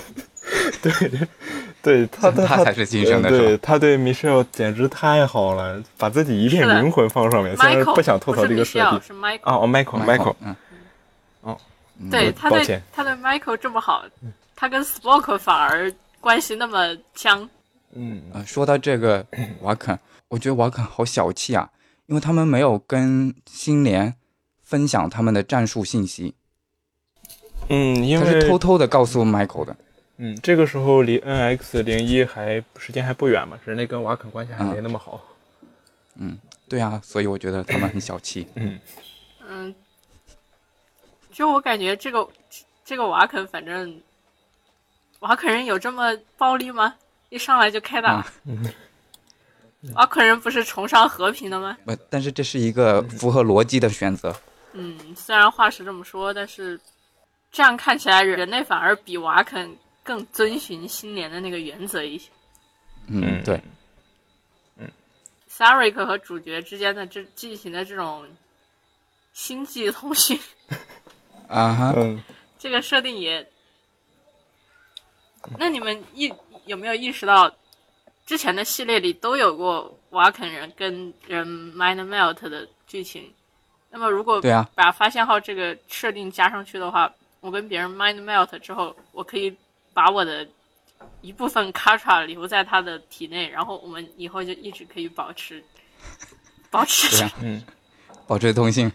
Speaker 2: 对他，
Speaker 1: 他才是亲生的
Speaker 2: 嗯
Speaker 1: 是
Speaker 2: 对他对 Michelle 简直太好了，把自己一片
Speaker 3: 是的
Speaker 2: 灵魂放上 面。虽然
Speaker 3: Michael
Speaker 2: 不想吐槽
Speaker 3: 是
Speaker 2: 这个设
Speaker 3: Michelle，
Speaker 2: 定
Speaker 3: 是 Michael，、
Speaker 2: 啊，哦，Michael，Michael，
Speaker 1: 嗯，
Speaker 2: 哦
Speaker 1: 嗯，
Speaker 3: 对
Speaker 2: 抱
Speaker 3: 他对
Speaker 2: 歉
Speaker 3: 他对 Michael 这么好，他跟 Spock 反而关系那么僵，
Speaker 2: 嗯
Speaker 1: 呃，说到这 个瓦肯，我觉得瓦肯好小气啊，因为他们没有跟新联分享他们的战术信息，
Speaker 2: 嗯，因
Speaker 1: 他
Speaker 2: 为
Speaker 1: 是偷偷的告诉 Michael 的。
Speaker 2: 嗯，这个时候离 NX 零一还时间还不远嘛，人类跟瓦肯关系
Speaker 1: 嗯
Speaker 2: 还没那么好。
Speaker 1: 对啊，所以我觉得他们很小气。
Speaker 2: 嗯
Speaker 3: 嗯，就我感觉这个这个瓦肯，反正瓦肯人有这么暴力吗？一上来就开打
Speaker 1: 啊？
Speaker 3: 瓦肯人不是崇尚和平的吗？
Speaker 1: 不，呃但是这是一个符合逻辑的选择。
Speaker 3: 嗯，虽然话是这么说，但是这样看起来，人类反而比瓦肯更遵循新年的那个原则一些。
Speaker 1: 嗯，对，
Speaker 3: Sarik 和主角之间的这进行的这种星际通讯，
Speaker 1: 啊哈，
Speaker 2: 嗯，
Speaker 3: 这个设定也。那你们意有没有意识到，之前的系列里都有过瓦肯人跟人 Mind Melt 的剧情？那么如果
Speaker 1: 对啊
Speaker 3: 把发现号这个设定加上去的话，我跟别人 Mind Melt 之后，我可以把我的一部分 Katra 留在他的体内，然后我们以后就一直可以保持保持
Speaker 1: 对
Speaker 3: 这
Speaker 1: 啊
Speaker 3: 个。
Speaker 1: 保持通信。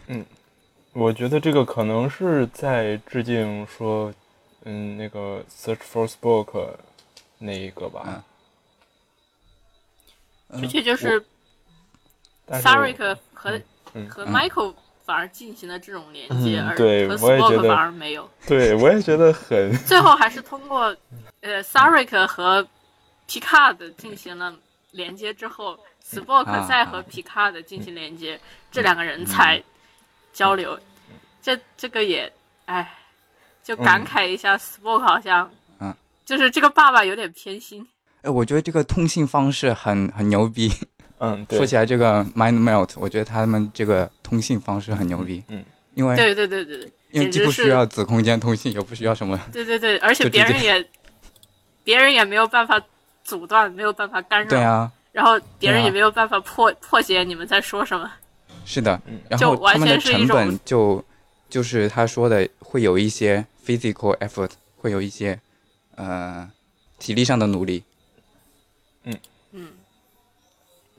Speaker 2: 我觉得这个可能是在致敬说，嗯，那个 Search for Spock 那一个吧。
Speaker 1: 嗯
Speaker 3: 这就就是
Speaker 2: 但是
Speaker 3: Sarik 和、
Speaker 2: 嗯
Speaker 3: 和
Speaker 1: 嗯
Speaker 3: Michael 反而进行了这种连接，
Speaker 2: 嗯
Speaker 3: 而
Speaker 2: 对
Speaker 3: 和
Speaker 2: 我也觉
Speaker 3: Spock
Speaker 2: 得
Speaker 3: 反而没有。
Speaker 2: 对我也觉得很
Speaker 3: 最后还是通过呃 Sarik 和 Picard 进行了连接之
Speaker 2: 嗯
Speaker 3: 后
Speaker 1: 啊
Speaker 3: ，Spock 再和 Picard 进行连接，这两个人
Speaker 2: 嗯
Speaker 3: 才交流。这这个也，哎，就
Speaker 2: 嗯
Speaker 3: 感慨一下，Spock 好像，
Speaker 1: 嗯
Speaker 3: 就是这个爸爸有点偏心。
Speaker 1: 哎，我觉得这个通信方式很很牛逼。
Speaker 2: 嗯，对
Speaker 1: 说，起来，这个 Mind Melt，我觉得他们这个通信方式很牛逼。
Speaker 2: 嗯，
Speaker 1: 因为
Speaker 3: 对对对对对，
Speaker 1: 哎因为
Speaker 3: 简
Speaker 1: 既
Speaker 3: 直
Speaker 1: 不
Speaker 3: 是
Speaker 1: 需要子空间通信，也不需要什么。
Speaker 3: 对对对，而且
Speaker 1: 就直
Speaker 3: 别人
Speaker 1: 接
Speaker 3: 也，别人也没有办法阻断，没有办法干扰，
Speaker 1: 对啊，
Speaker 3: 然后别
Speaker 1: 对
Speaker 3: 人
Speaker 1: 啊
Speaker 3: 也没有办法破、破解你们在说什么。
Speaker 1: 是的
Speaker 2: 嗯，
Speaker 1: 然
Speaker 3: 就
Speaker 1: 后
Speaker 3: 完
Speaker 1: 他们的
Speaker 3: 全是一
Speaker 1: 成本
Speaker 3: 种
Speaker 1: 就就是他说的会有一些 physical effort，会有一些呃体力上的努力。
Speaker 3: 嗯，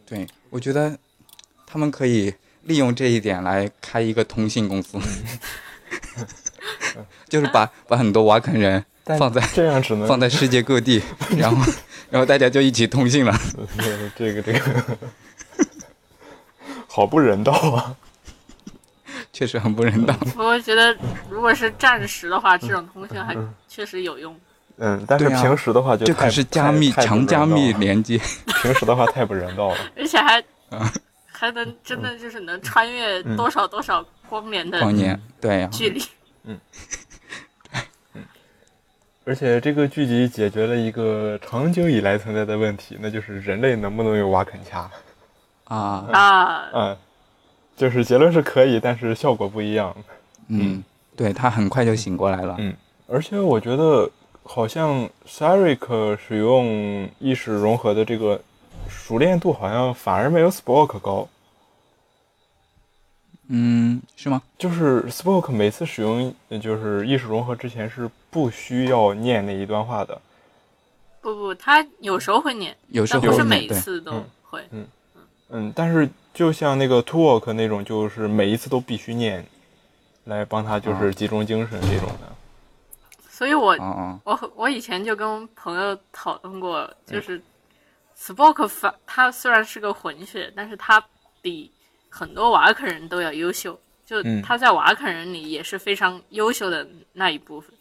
Speaker 1: 对我觉得他们可以利用这一点来开一个通信公司。 就是把把很多瓦肯人
Speaker 2: 嗯但
Speaker 1: 放在
Speaker 2: 这样只能
Speaker 1: 放在世界各 地，然后然后大家就一起通信了。
Speaker 2: 对这个这个，好不人道啊！
Speaker 1: 确实很不人道。
Speaker 2: 嗯
Speaker 3: 不过觉得如果是战时的话，这种通讯还确实有用。
Speaker 2: 嗯，但是
Speaker 1: 对啊
Speaker 2: 平时的话就
Speaker 1: 这
Speaker 2: 太
Speaker 1: 可是加密
Speaker 2: 太太不
Speaker 1: 强
Speaker 2: 人
Speaker 1: 加
Speaker 2: 道
Speaker 1: 密
Speaker 2: 了
Speaker 1: 连接，
Speaker 2: 平时的话太不人道了。
Speaker 3: 而且还
Speaker 1: 嗯
Speaker 3: 还能真的就是能穿越多少多少光年的
Speaker 1: 光年
Speaker 2: 嗯
Speaker 1: 对呀、啊
Speaker 3: 距离。
Speaker 2: 而且这个剧集解决了一个长久以来存在的问题，那就是人类能不能有瓦肯掐？
Speaker 1: 啊，
Speaker 3: 啊，
Speaker 2: 嗯，就是结论是可以，但是效果不一样。
Speaker 1: 嗯，对他很快就醒过来了。
Speaker 2: 嗯而且我觉得好像 Sarik 使用意识融合的这个熟练度，好像反而没有 Spock 高。
Speaker 1: 嗯，是吗？
Speaker 2: 就是 Spock 每次使用呃就是意识融合之前是不需要念那一段话的，
Speaker 3: 不不，他有时候会念，
Speaker 1: 有时
Speaker 3: 但
Speaker 1: 候
Speaker 3: 不是
Speaker 1: 会
Speaker 3: 每
Speaker 1: 对
Speaker 3: 次都
Speaker 2: 嗯
Speaker 3: 会。
Speaker 2: 嗯，但是就像那个 Talk 那种，就是每一次都必须念，来帮他就是集中精神这种的。
Speaker 3: 所以我
Speaker 1: 哦哦，
Speaker 3: 我我以前就跟朋友讨论过，
Speaker 2: 嗯
Speaker 3: 就是 Spock 反他虽然是个混血，但是他比很多瓦肯人都要优秀，就
Speaker 2: 嗯
Speaker 3: 他在瓦肯人里也是非常优秀的那一部分。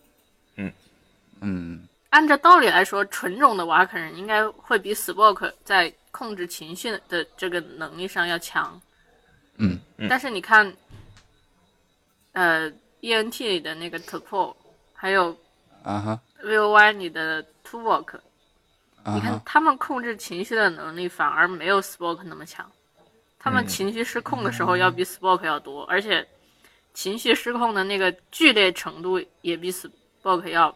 Speaker 1: 嗯，
Speaker 3: 按照道理来说，纯种的瓦肯人应该会比 Spock 在控制情绪的这个能力上要强。
Speaker 1: 嗯
Speaker 2: 嗯
Speaker 3: 但是你看，呃，ENT 里的那个 t u p o 还有
Speaker 1: 啊哈，
Speaker 3: VOY 里的 t u w o k
Speaker 1: 啊
Speaker 3: 你看
Speaker 1: 哈，
Speaker 3: 他们控制情绪的能力反而没有 Spock 那么强，他们
Speaker 2: 嗯
Speaker 3: 情绪失控的时候
Speaker 1: 嗯
Speaker 3: 要比 Spock 要多，而且情绪失控的那个剧烈程度也比 Spock 要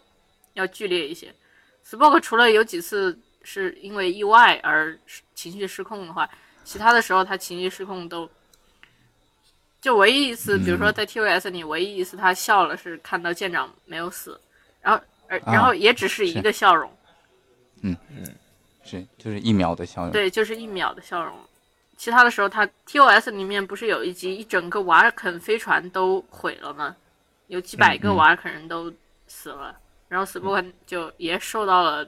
Speaker 3: 要剧烈一些。Spock 除了有几次是因为意外而情绪失控的话，其他的时候他情绪失控都。就唯一一次，比
Speaker 1: 嗯
Speaker 3: 如说在 TOS 里，唯一一次他笑了是看到舰长没有死，然后而
Speaker 1: 啊
Speaker 3: 然后也只是一
Speaker 1: 是
Speaker 3: 个笑容，
Speaker 1: 是就是一秒的笑容。
Speaker 3: 对，就是一秒的笑容。其他的时候他，TOS 里面不是有一集一整个瓦尔肯飞船都毁了吗？有几百个
Speaker 1: 嗯嗯嗯
Speaker 3: 瓦尔肯人都死了，然后 Spock 就也受到了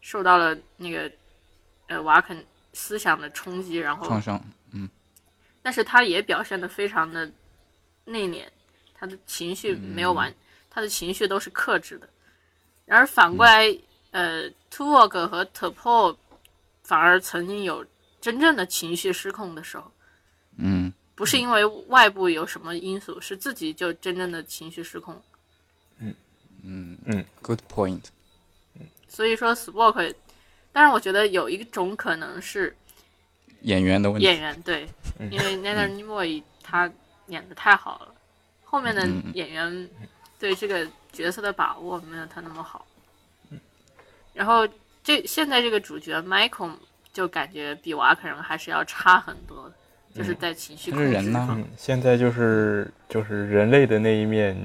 Speaker 3: 受到了那个呃瓦尔肯思想的冲击，然后
Speaker 1: 创伤，
Speaker 3: 但是他也表现得非常的内敛，他的情绪没有完，他的情绪都是克制的。然而反过来，呃 t u w o g 和 t u p o 反而曾经有真正的情绪失控的时候，
Speaker 1: 嗯
Speaker 3: 不是因为外部有什么因素，是自己就真正的情绪失控。
Speaker 1: 嗯
Speaker 2: 嗯
Speaker 1: ，good point。
Speaker 3: 所以说 Spock，但是我觉得有一种可能是
Speaker 1: 演员的问
Speaker 3: 演
Speaker 1: 题，
Speaker 3: 员对，
Speaker 2: 嗯
Speaker 3: 因为 Leonard Nimoy 他演的太好了，后面的
Speaker 1: 嗯
Speaker 3: 演员对这个角色的把握没有他那么好。
Speaker 1: 嗯
Speaker 3: 然后这现在这个主角 Michael 就感觉比瓦肯人还是要差很多的，就是在情绪
Speaker 1: 嗯他
Speaker 3: 控
Speaker 1: 是
Speaker 3: 制
Speaker 1: 人
Speaker 3: 上。
Speaker 1: 呐，
Speaker 2: 嗯，现在就是就是人类的那一面，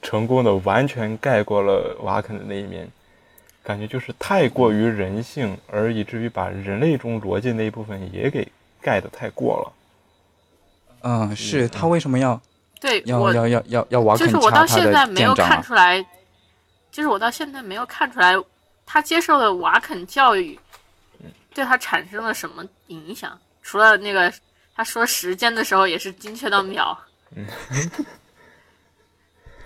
Speaker 2: 成功的完全盖过了瓦肯的那一面，感觉就是太过于人性，而以至于把人类中逻辑那一部分也给盖得太过了。
Speaker 1: 嗯，是他为什么要
Speaker 3: 对
Speaker 1: 要
Speaker 3: 我
Speaker 1: 要要要要瓦
Speaker 3: 就
Speaker 1: 肯
Speaker 3: 是我
Speaker 1: 掐
Speaker 3: 到
Speaker 1: 他
Speaker 3: 现在
Speaker 1: 的
Speaker 3: 没有
Speaker 1: 舰长
Speaker 3: 看
Speaker 1: 啊？
Speaker 3: 出来，就是我到现在没有看出来他接受的瓦肯教育对他产生了什么影响，除了那个他说时间的时候也是精确 到秒。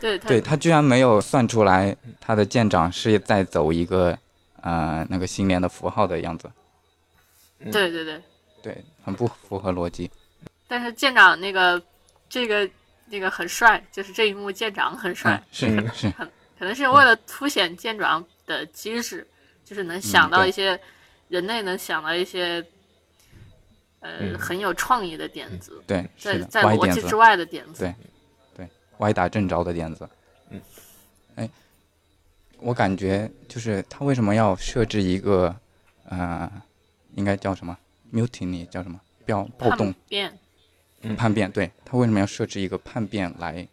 Speaker 3: 对他
Speaker 1: 对他居然没有算出来他的舰长是在走一个呃那个星链的符号的样子，
Speaker 3: 对对对，
Speaker 1: 对，很不符合逻辑。
Speaker 3: 但是舰长那个这个那个很帅，就是这一幕舰长很帅
Speaker 1: 嗯，，是是，
Speaker 3: 可能是为了凸显舰长的机智，就是能想到
Speaker 1: 嗯对
Speaker 3: 一些、人类能想到一些呃、
Speaker 2: 嗯
Speaker 3: 很有创意的点子，
Speaker 1: 对，
Speaker 3: 在
Speaker 1: 嗯是的，
Speaker 3: 在
Speaker 1: 歪
Speaker 3: 逻
Speaker 1: 点
Speaker 3: 辑
Speaker 1: 子
Speaker 3: 之，外的点子
Speaker 1: 对。歪打正着的点子。
Speaker 2: 嗯，
Speaker 1: 哎，我感觉就是他为什么要设置一个呃，应该叫什么 mutiny 叫什么暴暴
Speaker 3: 叛
Speaker 1: 动
Speaker 3: 变，
Speaker 2: 嗯
Speaker 1: 叛变？对他为什么要设置一个叛变来？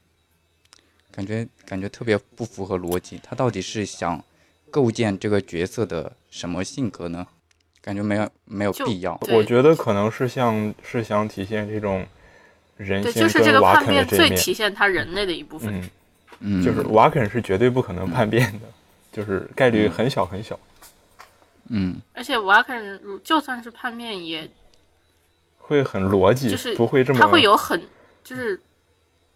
Speaker 1: 感觉感觉特别不符合逻辑。他到底是想构建这个角色的什么性格呢？感觉没有没有
Speaker 3: 就
Speaker 1: 必要。
Speaker 3: 对
Speaker 2: 我觉得可能是像是想体现这种人
Speaker 3: 对，
Speaker 2: 性
Speaker 3: 就是这个
Speaker 2: 跟瓦
Speaker 3: 叛
Speaker 2: 肯的
Speaker 3: 变
Speaker 2: 这一
Speaker 3: 最
Speaker 2: 面。
Speaker 3: 体现他人类的一部分。
Speaker 2: 嗯，
Speaker 1: 嗯，
Speaker 2: 就是瓦肯是绝对不可能叛变的，就是概率很小很小，
Speaker 1: 嗯
Speaker 3: 而且瓦肯如就算是叛变，也
Speaker 2: 会很逻辑，
Speaker 3: 就是
Speaker 2: 不会这么
Speaker 3: 他会有很就是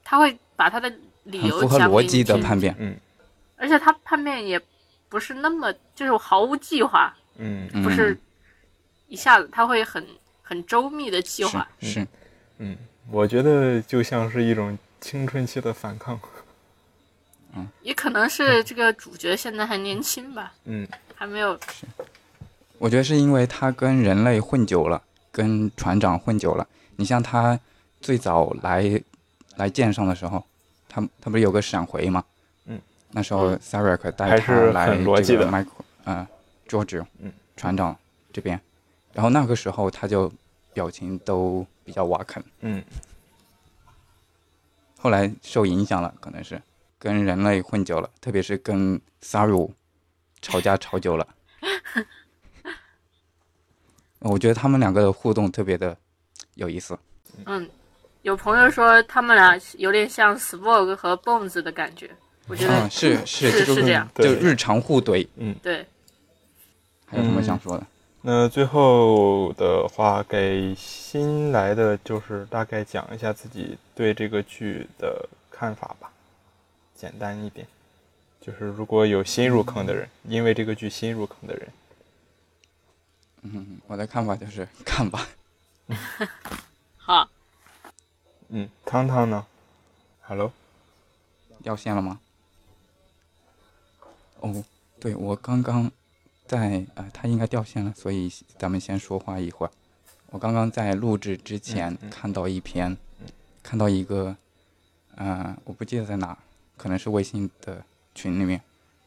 Speaker 3: 他会把他的理
Speaker 1: 很
Speaker 3: 由
Speaker 1: 符合
Speaker 3: 讲给
Speaker 1: 逻
Speaker 3: 你
Speaker 1: 辑的
Speaker 3: 听
Speaker 1: 叛，变，
Speaker 2: 嗯
Speaker 3: 而且他叛变也不是那么就是毫无计划，
Speaker 2: 嗯
Speaker 1: 嗯
Speaker 3: 不是一下子，他会很很周密的计划。
Speaker 1: 是是，
Speaker 2: 嗯，我觉得就像是一种青春期的反抗，
Speaker 3: 也可能是这个主角现在还年轻吧，
Speaker 2: 嗯
Speaker 3: 还没有
Speaker 1: 我觉得是因为他跟人类混久了，跟船长混久了。你像他最早来来舰上的时候，他他不是有个闪回吗？
Speaker 2: 嗯，
Speaker 1: 那时候
Speaker 3: 嗯
Speaker 1: s a r a k 带
Speaker 2: 还
Speaker 1: 他
Speaker 2: 是
Speaker 1: 来
Speaker 2: 很逻辑
Speaker 1: 这个
Speaker 2: 的
Speaker 1: Michael 呃 George
Speaker 2: 嗯
Speaker 1: 船长这边，然后那个时候他就表情都比较瓦肯，
Speaker 2: 嗯
Speaker 1: 后来受影响了，可能是跟人类混久了，特别是跟 Saru 吵架吵久了。 我觉得他们两个的互动特别的有意思。
Speaker 3: 嗯，有朋友说他们俩有点像 Spog 和 Bones 的感觉，我觉得、
Speaker 1: 嗯，是是，
Speaker 3: 是
Speaker 1: 就是
Speaker 3: 这样
Speaker 1: 就
Speaker 2: 对
Speaker 1: 日常互怼。
Speaker 2: 嗯。
Speaker 3: 对，
Speaker 1: 还有什么想说的？
Speaker 2: 那最后的话，给新来的就是大概讲一下自己对这个剧的看法吧，简单一点。就是如果有新入坑的人，因为这个剧新入坑的人，
Speaker 1: 嗯，我的看法就是看吧。
Speaker 3: 好，
Speaker 2: 嗯，汤汤呢？Hello，
Speaker 1: 掉线了吗？哦，对，我刚刚在呃，他应该掉线了，所以咱们先说话一会儿。我刚刚在录制之前
Speaker 2: 嗯嗯
Speaker 1: 看到一篇，看到一个，呃，我不记得在哪儿，可能是微信的群里面，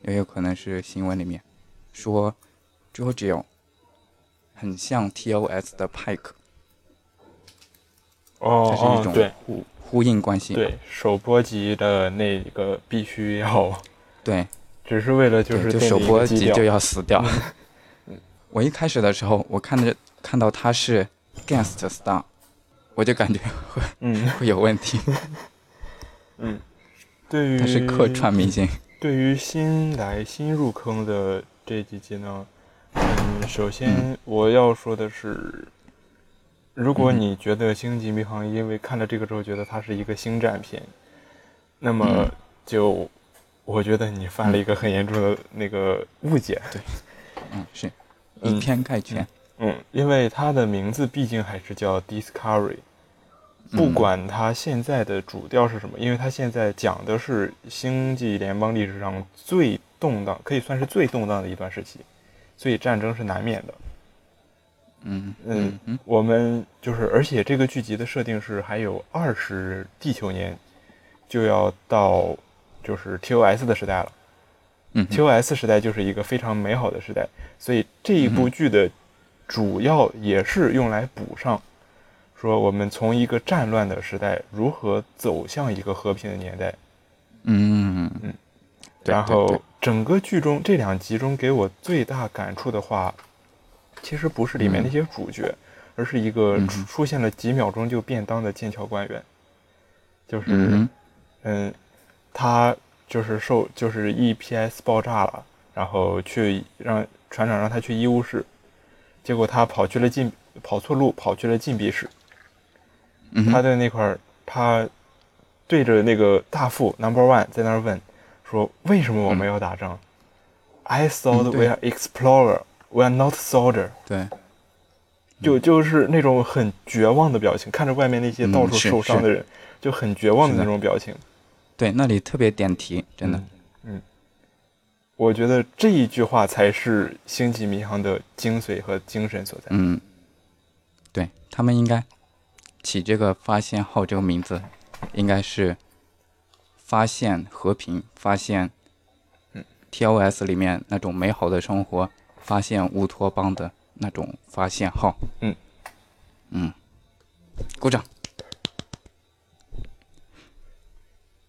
Speaker 1: 也有可能是新闻里面，说 Giorgio 很像 TOS 的 Pike，
Speaker 2: 哦
Speaker 1: 这是一
Speaker 2: 哦，
Speaker 1: 种
Speaker 2: 对
Speaker 1: 呼呼应关系。
Speaker 2: 对，首播集的那个必须要，
Speaker 1: 对，
Speaker 2: 只是为了就
Speaker 1: 对，
Speaker 2: 是
Speaker 1: 就
Speaker 2: 奠
Speaker 1: 首
Speaker 2: 定一
Speaker 1: 播
Speaker 2: 个基
Speaker 1: 集
Speaker 2: 调嗯
Speaker 1: 就，要死掉。 我一开始的时候，我看着看到他是 Guest Star，我就感觉会
Speaker 2: 嗯
Speaker 1: 会有问题。
Speaker 2: 嗯，对于
Speaker 1: 他是客串明星，
Speaker 2: 对于新来新入坑的这几集呢，嗯，首先我要说的是，如
Speaker 1: 嗯
Speaker 2: 果你觉得《星际迷航》因为看了这个之后觉得它是一个星战片，那么
Speaker 1: 嗯
Speaker 2: 就我觉得你犯了一个很严重的那个误解。
Speaker 1: 嗯，是
Speaker 2: 嗯
Speaker 1: 以偏概全。
Speaker 2: 嗯，因为它的名字毕竟还是叫 Discovery，不管它现在的主调是什么，因为它现在讲的是星际联邦历史上最动荡，可以算是最动荡的一段时期，所以战争是难免的。
Speaker 1: 嗯
Speaker 2: 嗯
Speaker 1: 嗯嗯
Speaker 2: 我们就是，而且这个剧集的设定是还有二十地球年就要到就是 TOS 的时代了。
Speaker 1: 嗯哼
Speaker 2: TOS 时代就是一个非常美好的时代，所以这一部剧的主要也是用来补上，说我们从一个战乱的时代如何走向一个和平的年代。
Speaker 1: 嗯嗯，对
Speaker 2: 然
Speaker 1: 对对
Speaker 2: 后整个剧中这两集中给我最大感触的话，其实不是里面那些主角，而是一个
Speaker 1: 嗯
Speaker 2: 出出现了几秒钟就便当的剑桥官员，就是
Speaker 1: 嗯哼
Speaker 2: 嗯他就是受就是 EPS 爆炸了，然后去让船长让他去医务室，结果他跑去了禁跑错路，跑去了禁闭室，
Speaker 1: 嗯哼
Speaker 2: 他在那块儿，他对着那个大副 Number One 在那儿问说：“为什么我们要打仗、i thought
Speaker 1: 嗯
Speaker 2: we
Speaker 1: 对
Speaker 2: are explorer, we are not soldier。
Speaker 1: 对，”嗯
Speaker 2: 就就是那种很绝望的表情，看着外面那些到
Speaker 1: 嗯
Speaker 2: 处
Speaker 1: 是
Speaker 2: 受伤的人，就很绝望的
Speaker 1: 是的
Speaker 2: 那种表情。
Speaker 1: 对，那里特别点题，真的。
Speaker 2: 我觉得这一句话才是《星际迷航》的精髓和精神所在。
Speaker 1: 嗯，对他们应该起这个“发现号”这个名字，应该是发现和平，发现
Speaker 2: 嗯
Speaker 1: TOS 里面那种美好的生活，发现乌托邦的那种发现号。
Speaker 2: 嗯
Speaker 1: 嗯，鼓掌。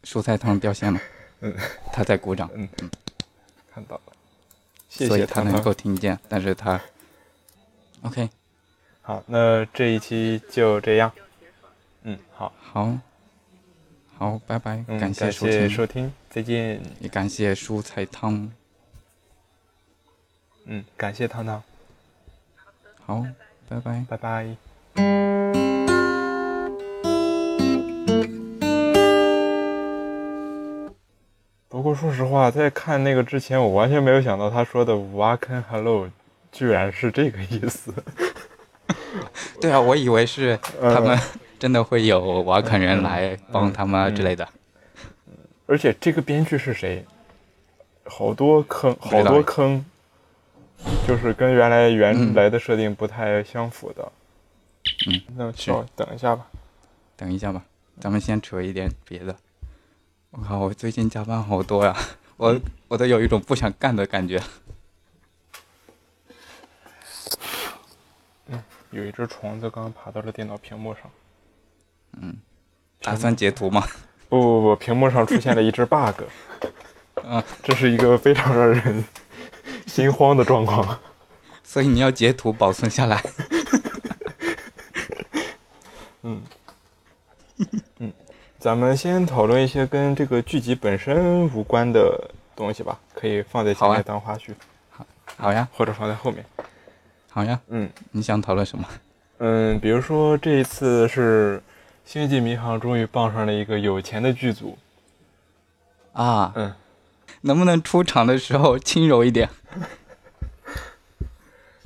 Speaker 1: 蔬菜汤掉线了，
Speaker 2: 嗯，
Speaker 1: 他在鼓掌，
Speaker 2: 看到了，谢
Speaker 1: 所以
Speaker 2: 谢
Speaker 1: 他
Speaker 2: 汤
Speaker 1: 能
Speaker 2: 汤。
Speaker 1: 够听见，但是他 OK
Speaker 2: 好，那这一期就这样。嗯，好，
Speaker 1: 好，好，拜拜，
Speaker 2: 嗯，
Speaker 1: 感
Speaker 2: 感
Speaker 1: 谢收听。
Speaker 2: 谢收听，再见。
Speaker 1: 也感谢蔬菜汤。
Speaker 2: 嗯，感谢汤汤，
Speaker 1: 好，拜拜。
Speaker 2: 拜拜。不过说实话，在看那个之前，我完全没有想到他说的 “waken hello” 居然是这个意思。
Speaker 1: 对啊，我以为是他们
Speaker 2: 呃
Speaker 1: 真的会有瓦肯人来帮他们之类
Speaker 2: 嗯
Speaker 1: 的。
Speaker 2: 而且这个编剧是谁？好多坑，
Speaker 1: 知道
Speaker 2: 好多坑，就是跟原来原来的设定不太相符的。
Speaker 1: 嗯，
Speaker 2: 那
Speaker 1: 是
Speaker 2: 稍等一下吧。
Speaker 1: 等一下吧，咱们先扯一点别的。我靠，我最近加班好多呀、 我我都有一种不想干的感觉。
Speaker 2: 有一只虫子刚刚爬到了电脑屏幕上。
Speaker 1: 打算截图吗？
Speaker 2: 不不不，屏幕上出现了一只 bug，
Speaker 1: 啊，
Speaker 2: 这是一个非常让人心慌的状况。
Speaker 1: 所以你要截图保存下来。
Speaker 2: 咱们先讨论一些跟这个剧集本身无关的东西吧，可以放在前
Speaker 1: 好啊
Speaker 2: 面当花絮，
Speaker 1: 好呀，
Speaker 2: 或者放在后面。
Speaker 1: 好呀，
Speaker 2: 嗯
Speaker 1: 你想讨论什么？
Speaker 2: 嗯，比如说这一次是《星际迷航》终于傍上了一个有钱的剧组，
Speaker 1: 啊，
Speaker 2: 嗯，
Speaker 1: 能不能出场的时候 轻柔一点？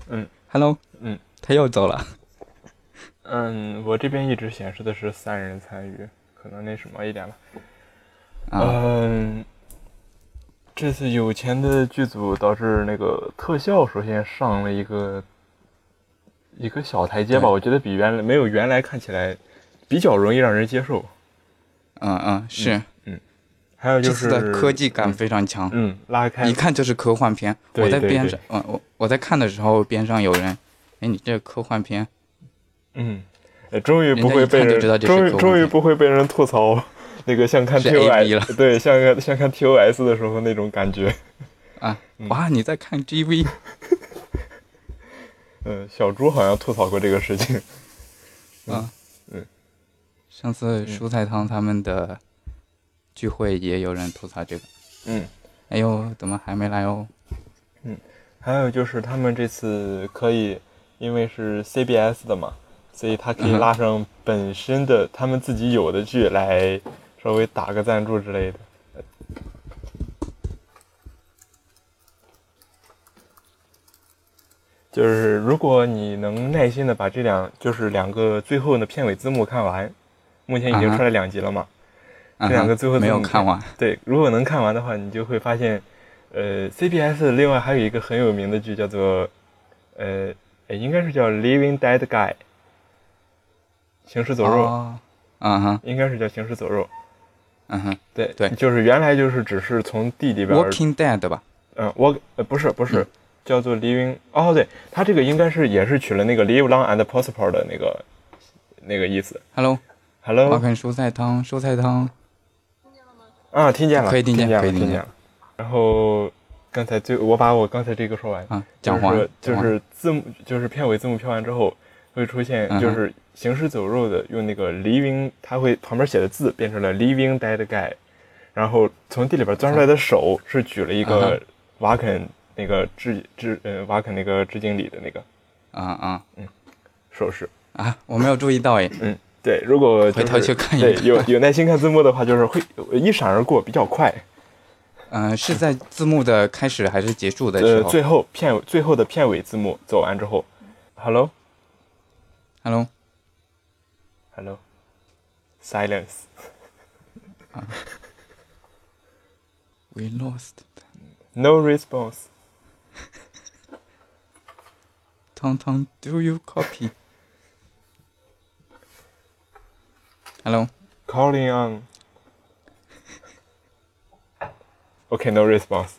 Speaker 2: 嗯
Speaker 1: ，Hello，
Speaker 2: 嗯，
Speaker 1: 他又走了。
Speaker 2: 嗯，我这边一直显示的是三人参与，可能那什么一点了。
Speaker 1: 啊，
Speaker 2: 嗯，这次有钱的剧组导致那个特效首先上了一个一个小台阶吧，
Speaker 1: 对
Speaker 2: 我觉得比原来没有原来看起来比较容易让人接受。
Speaker 1: 嗯嗯，是，
Speaker 2: 还有
Speaker 1: 这
Speaker 2: 就
Speaker 1: 次
Speaker 2: 是
Speaker 1: 的科技感非常强。
Speaker 2: 嗯，拉开
Speaker 1: 一看就是科幻片。
Speaker 2: 对
Speaker 1: 我在
Speaker 2: 对
Speaker 1: 边
Speaker 2: 对
Speaker 1: 上，嗯，我我在看的时候，边上有人，哎，你这科幻片，
Speaker 2: 嗯，呃终于
Speaker 1: 人
Speaker 2: 不
Speaker 1: 家
Speaker 2: 会
Speaker 1: 一
Speaker 2: 被
Speaker 1: 看就
Speaker 2: 人
Speaker 1: 知道这是科
Speaker 2: 终于
Speaker 1: 幻
Speaker 2: 终于
Speaker 1: 片
Speaker 2: 不会被人吐槽那个像看
Speaker 1: 是 AB 了
Speaker 2: TOS 对像看像看 TOS 的时候那种感觉。
Speaker 1: 啊，哇，你在看 GV
Speaker 2: 嗯，小猪好像吐槽过这个事情。
Speaker 1: 啊？
Speaker 2: 嗯。
Speaker 1: 上次蔬菜汤他们的聚会也有人吐槽这个，
Speaker 2: 嗯。
Speaker 1: 哎呦，怎么还没来哦？
Speaker 2: 还有就是他们这次可以，因为是 CBS 的嘛，所以它可以
Speaker 1: 嗯哼
Speaker 2: 拉上本身的他们自己有的剧来稍微打个赞助之类的。就是如果你能耐心的把这两就是两个最后的片尾字幕看完，目前已
Speaker 1: 啊
Speaker 2: 经
Speaker 1: 哈
Speaker 2: 出来两集了嘛，
Speaker 1: 啊
Speaker 2: 这两
Speaker 1: 哈
Speaker 2: 个最后
Speaker 1: 没有
Speaker 2: 字母
Speaker 1: 看完
Speaker 2: 对，如果能看完的话，你就会发现，呃，CBS 另外还有一个很有名的剧叫做，呃，呃应该是叫《Living Dead Guy》，行尸走肉，
Speaker 1: 哦，啊哈，
Speaker 2: 应该是叫行尸走肉。
Speaker 1: 嗯哼
Speaker 2: 对
Speaker 1: 对
Speaker 2: 就是原来就是只是从地里边儿，
Speaker 1: ，Walking Dead 吧？
Speaker 2: 嗯，我呃不是不
Speaker 1: 嗯
Speaker 2: 是，叫做 Living，哦对，它这个应该是也是取了那个 Live Long and Prosper 的那个那个意思。
Speaker 1: Hello，
Speaker 2: Hello，
Speaker 1: 我啃蔬菜汤，蔬菜汤，
Speaker 2: 啊，听见了，
Speaker 1: 可以听见
Speaker 2: 见，
Speaker 1: 可以听
Speaker 2: 听
Speaker 1: 见
Speaker 2: 了。然后刚才最我把我刚才这个说完
Speaker 1: 啊讲完
Speaker 2: 就是
Speaker 1: 讲完
Speaker 2: 说就是字幕就是片尾字幕飘完之后会出现
Speaker 1: 嗯哼
Speaker 2: 就是行尸走肉的用那个 living，它会旁边写的字变成了 living dead guy，然后从地里边钻出来的手是举了一
Speaker 1: 嗯
Speaker 2: 个瓦肯那个致致呃瓦肯那个致敬礼的那个
Speaker 1: 啊啊
Speaker 2: 手势。
Speaker 1: 啊，我没有注意到哎，
Speaker 2: 嗯，对，如果、就是、
Speaker 1: 回头去看一
Speaker 2: 对
Speaker 1: 看
Speaker 2: 有有耐心看字幕的话，就是会一闪而过，比较快。
Speaker 1: 嗯，是在字幕的开始还是结束的时
Speaker 2: 呃，
Speaker 1: 候
Speaker 2: 最后片尾最后的片尾字幕走完之后，hello
Speaker 1: ？Hello。
Speaker 2: hello silence，
Speaker 1: We lost
Speaker 2: no response，
Speaker 1: Tong Tong. Do you copy? Hello.
Speaker 2: calling on。OK, no response。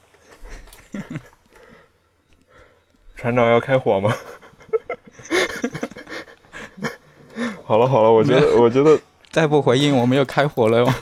Speaker 2: 船长要开火吗？ 好了好了，我觉得我觉得
Speaker 1: 再不回应，我们又开火了哟。